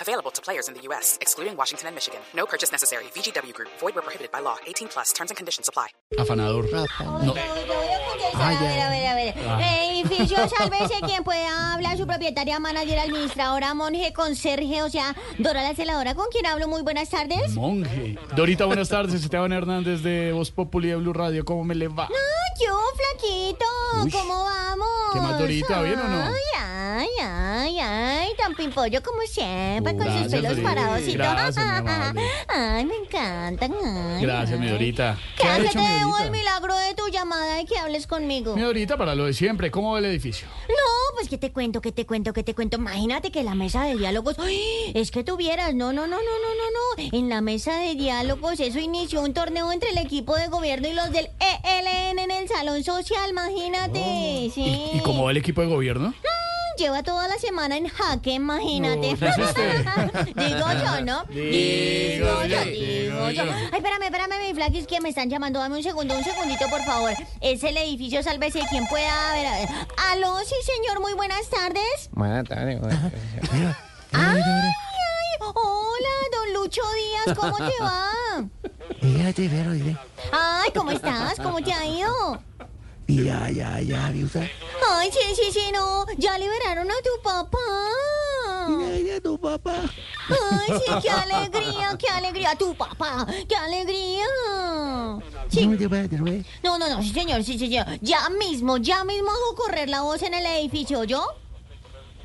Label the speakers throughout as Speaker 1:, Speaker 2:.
Speaker 1: Available to players in the U.S., excluding Washington and Michigan. No purchase necessary. VGW Group, void were prohibited by law. 18 plus terms and conditions apply.
Speaker 2: Afanador. No. Ah,
Speaker 3: A ver, a ver, a ver. Eh, Edificio, sálvese eh, quien pueda habla, su propietaria, manager, administradora, monje, conserje, o sea, Dora la celadora, con quien hablo. Muy buenas tardes.
Speaker 2: Monje. Dorita, buenas tardes. Esteban Hernández de Voz Populi de Blue Radio. ¿Cómo me le va?
Speaker 3: Ah, yo, flaquito,
Speaker 2: Uy.
Speaker 3: ¿cómo vamos?
Speaker 2: ¿Qué más, Dorita? ¿Bien o no?
Speaker 3: Ay, ay, ay, ay, tan pimpollo como siempre, con sus
Speaker 2: Gracias,
Speaker 3: pelos
Speaker 2: Dorita.
Speaker 3: parados y todo.
Speaker 2: Gracias, mi amable.
Speaker 3: Ay, me encantan. Ay,
Speaker 2: Gracias, mi
Speaker 3: ay.
Speaker 2: Dorita.
Speaker 3: ¿Qué
Speaker 2: ha
Speaker 3: hace?
Speaker 2: hecho
Speaker 3: Te
Speaker 2: mi
Speaker 3: debo el
Speaker 2: Dorita?
Speaker 3: milagro de tu llamada y que hables conmigo.
Speaker 2: Mi Dorita, para lo de siempre, ¿cómo va el edificio?
Speaker 3: No, pues que te cuento, que te cuento, que te cuento. Imagínate que la mesa de diálogos, ¡ay! es que tuvieras, no, no, no, no, no, no, no. En la mesa de diálogos eso inició un torneo entre el equipo de gobierno y los del ELN en el salón social, imagínate. sí.
Speaker 2: Oh. ¿Y, y cómo va el equipo de gobierno?
Speaker 3: Lleva toda la semana en jaque, imagínate.
Speaker 2: No, ¿qué es este?
Speaker 3: digo yo, ¿no?
Speaker 2: Digo yo, digo yo.
Speaker 3: Ay, espérame, espérame, mi flaquis, que me están llamando. Dame un segundo, un segundito, por favor. Es el edificio, sálvese quien pueda. A ver, a ver. Aló, sí, señor, muy buenas tardes.
Speaker 4: Buenas tardes. buenas tardes.
Speaker 3: Ay, ay, hola, don Lucho Díaz, ¿cómo te va?
Speaker 4: Fíjate, pero dile,
Speaker 3: Ay, ¿cómo estás? ¿Cómo te ha ido?
Speaker 4: Ya, ya, ya, viuda.
Speaker 3: Ay, sí, sí, sí, no. Ya liberaron a tu papá.
Speaker 4: Mira, tu papá.
Speaker 3: Ay, sí, qué alegría, qué alegría. Tu papá, qué alegría. Sí.
Speaker 4: No te vas a atrever.
Speaker 3: No, no, no, sí, señor, sí, señor. Ya mismo, ya mismo hago correr la voz en el edificio, ¿yo?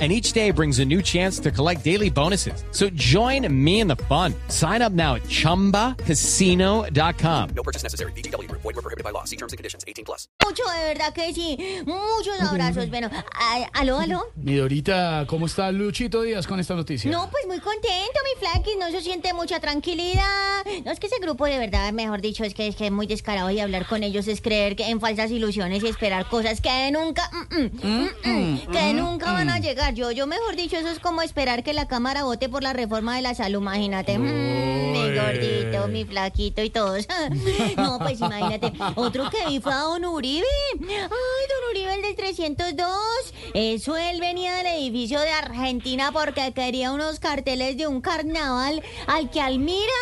Speaker 5: And each day brings a new chance to collect daily bonuses. So join me in the fun. Sign up now at chumbacasino.com.
Speaker 6: No purchase necessary. VGW Group. Void were prohibited by law. See terms and conditions. 18 plus.
Speaker 3: mucho, de verdad que sí. Muchos abrazos. Bueno, a- aló, aló.
Speaker 2: Mi Dorita, ¿cómo está Luchito Díaz con esta noticia?
Speaker 3: No, pues muy contento, mi flaquis. No se siente mucha tranquilidad. No es que ese grupo, de verdad, mejor dicho, es que es, que es muy descarado y hablar con ellos es creer que en falsas ilusiones y esperar cosas que nunca, mm, mm, mm, mm, que nunca van a llegar. Yo, yo, mejor dicho, eso es como esperar que la Cámara vote por la reforma de la salud. Imagínate, Mm, mi gordito, mi flaquito y todos. No, pues imagínate. Otro que vi fue a Don Uribe. Ay, Don Uribe, el del 302. Eso él venía del edificio de Argentina porque quería unos carteles de un carnaval al que admira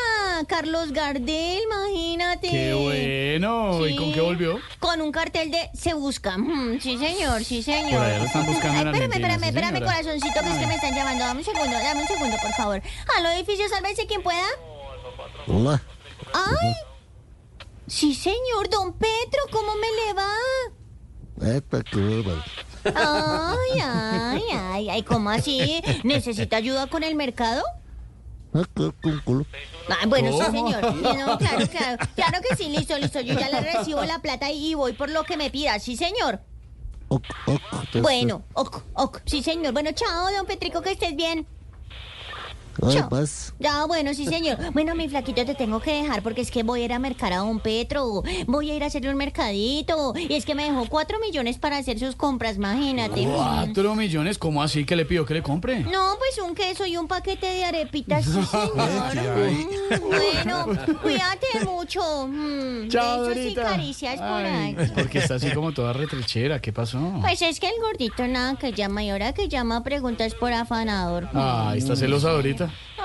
Speaker 3: Carlos Gardel, imagínate.
Speaker 2: ¡Qué bueno! ¿Y con
Speaker 3: Sí.
Speaker 2: qué volvió?
Speaker 3: Con un cartel de Se Busca. Mm, sí, señor, sí, señor.
Speaker 2: Por allá lo están buscando
Speaker 3: Ay,
Speaker 2: en
Speaker 3: espérame,
Speaker 2: Argentina,
Speaker 3: espérame,
Speaker 2: sí,
Speaker 3: espérame,
Speaker 2: señora.
Speaker 3: corazoncito, que es que me están llamando. Dame un segundo, dame un segundo, por favor. Aló, edificio, sálvese quien pueda.
Speaker 4: Hola.
Speaker 3: ¡Ay! Sí, señor, don Petro, ¿cómo me le va?
Speaker 4: Esta curva.
Speaker 3: Ay, ay, ay, ay, ¿cómo así? ¿Necesita ayuda con el mercado?
Speaker 4: Acá con culo.
Speaker 3: Ah, bueno, sí,
Speaker 2: ¿Cómo?
Speaker 3: señor. Sí, no, claro, claro. Claro que sí, listo, listo. Yo ya le recibo la plata y voy por lo que me pida. Sí, señor.
Speaker 4: Oc, oc. te-
Speaker 3: Bueno, ok, ok. Sí, señor. Bueno, chao, don Petrico, que estés bien.
Speaker 4: Ay,
Speaker 3: chao.
Speaker 4: vas.
Speaker 3: Ya, bueno, sí, señor. Bueno, mi flaquito, te tengo que dejar porque es que voy a ir a mercar a don Petro. Voy a ir a hacerle un mercadito. Y es que me dejó cuatro millones para hacer sus compras, imagínate.
Speaker 2: ¿Cuatro millones? ¿Cómo así? ¿Qué le pido que le compre?
Speaker 3: No, pues un queso y un paquete de arepitas, sí, señor. Mm, bueno, cuídate mucho. Mm,
Speaker 2: Chao,
Speaker 3: besos y
Speaker 2: Dorita.
Speaker 3: caricias por
Speaker 2: Ay,
Speaker 3: ahí.
Speaker 2: Porque está así como toda retrechera. ¿Qué pasó?
Speaker 3: Pues es que el gordito nada que llama y ahora que llama preguntas por afanador.
Speaker 2: Ah, está celosa Dorita.
Speaker 3: No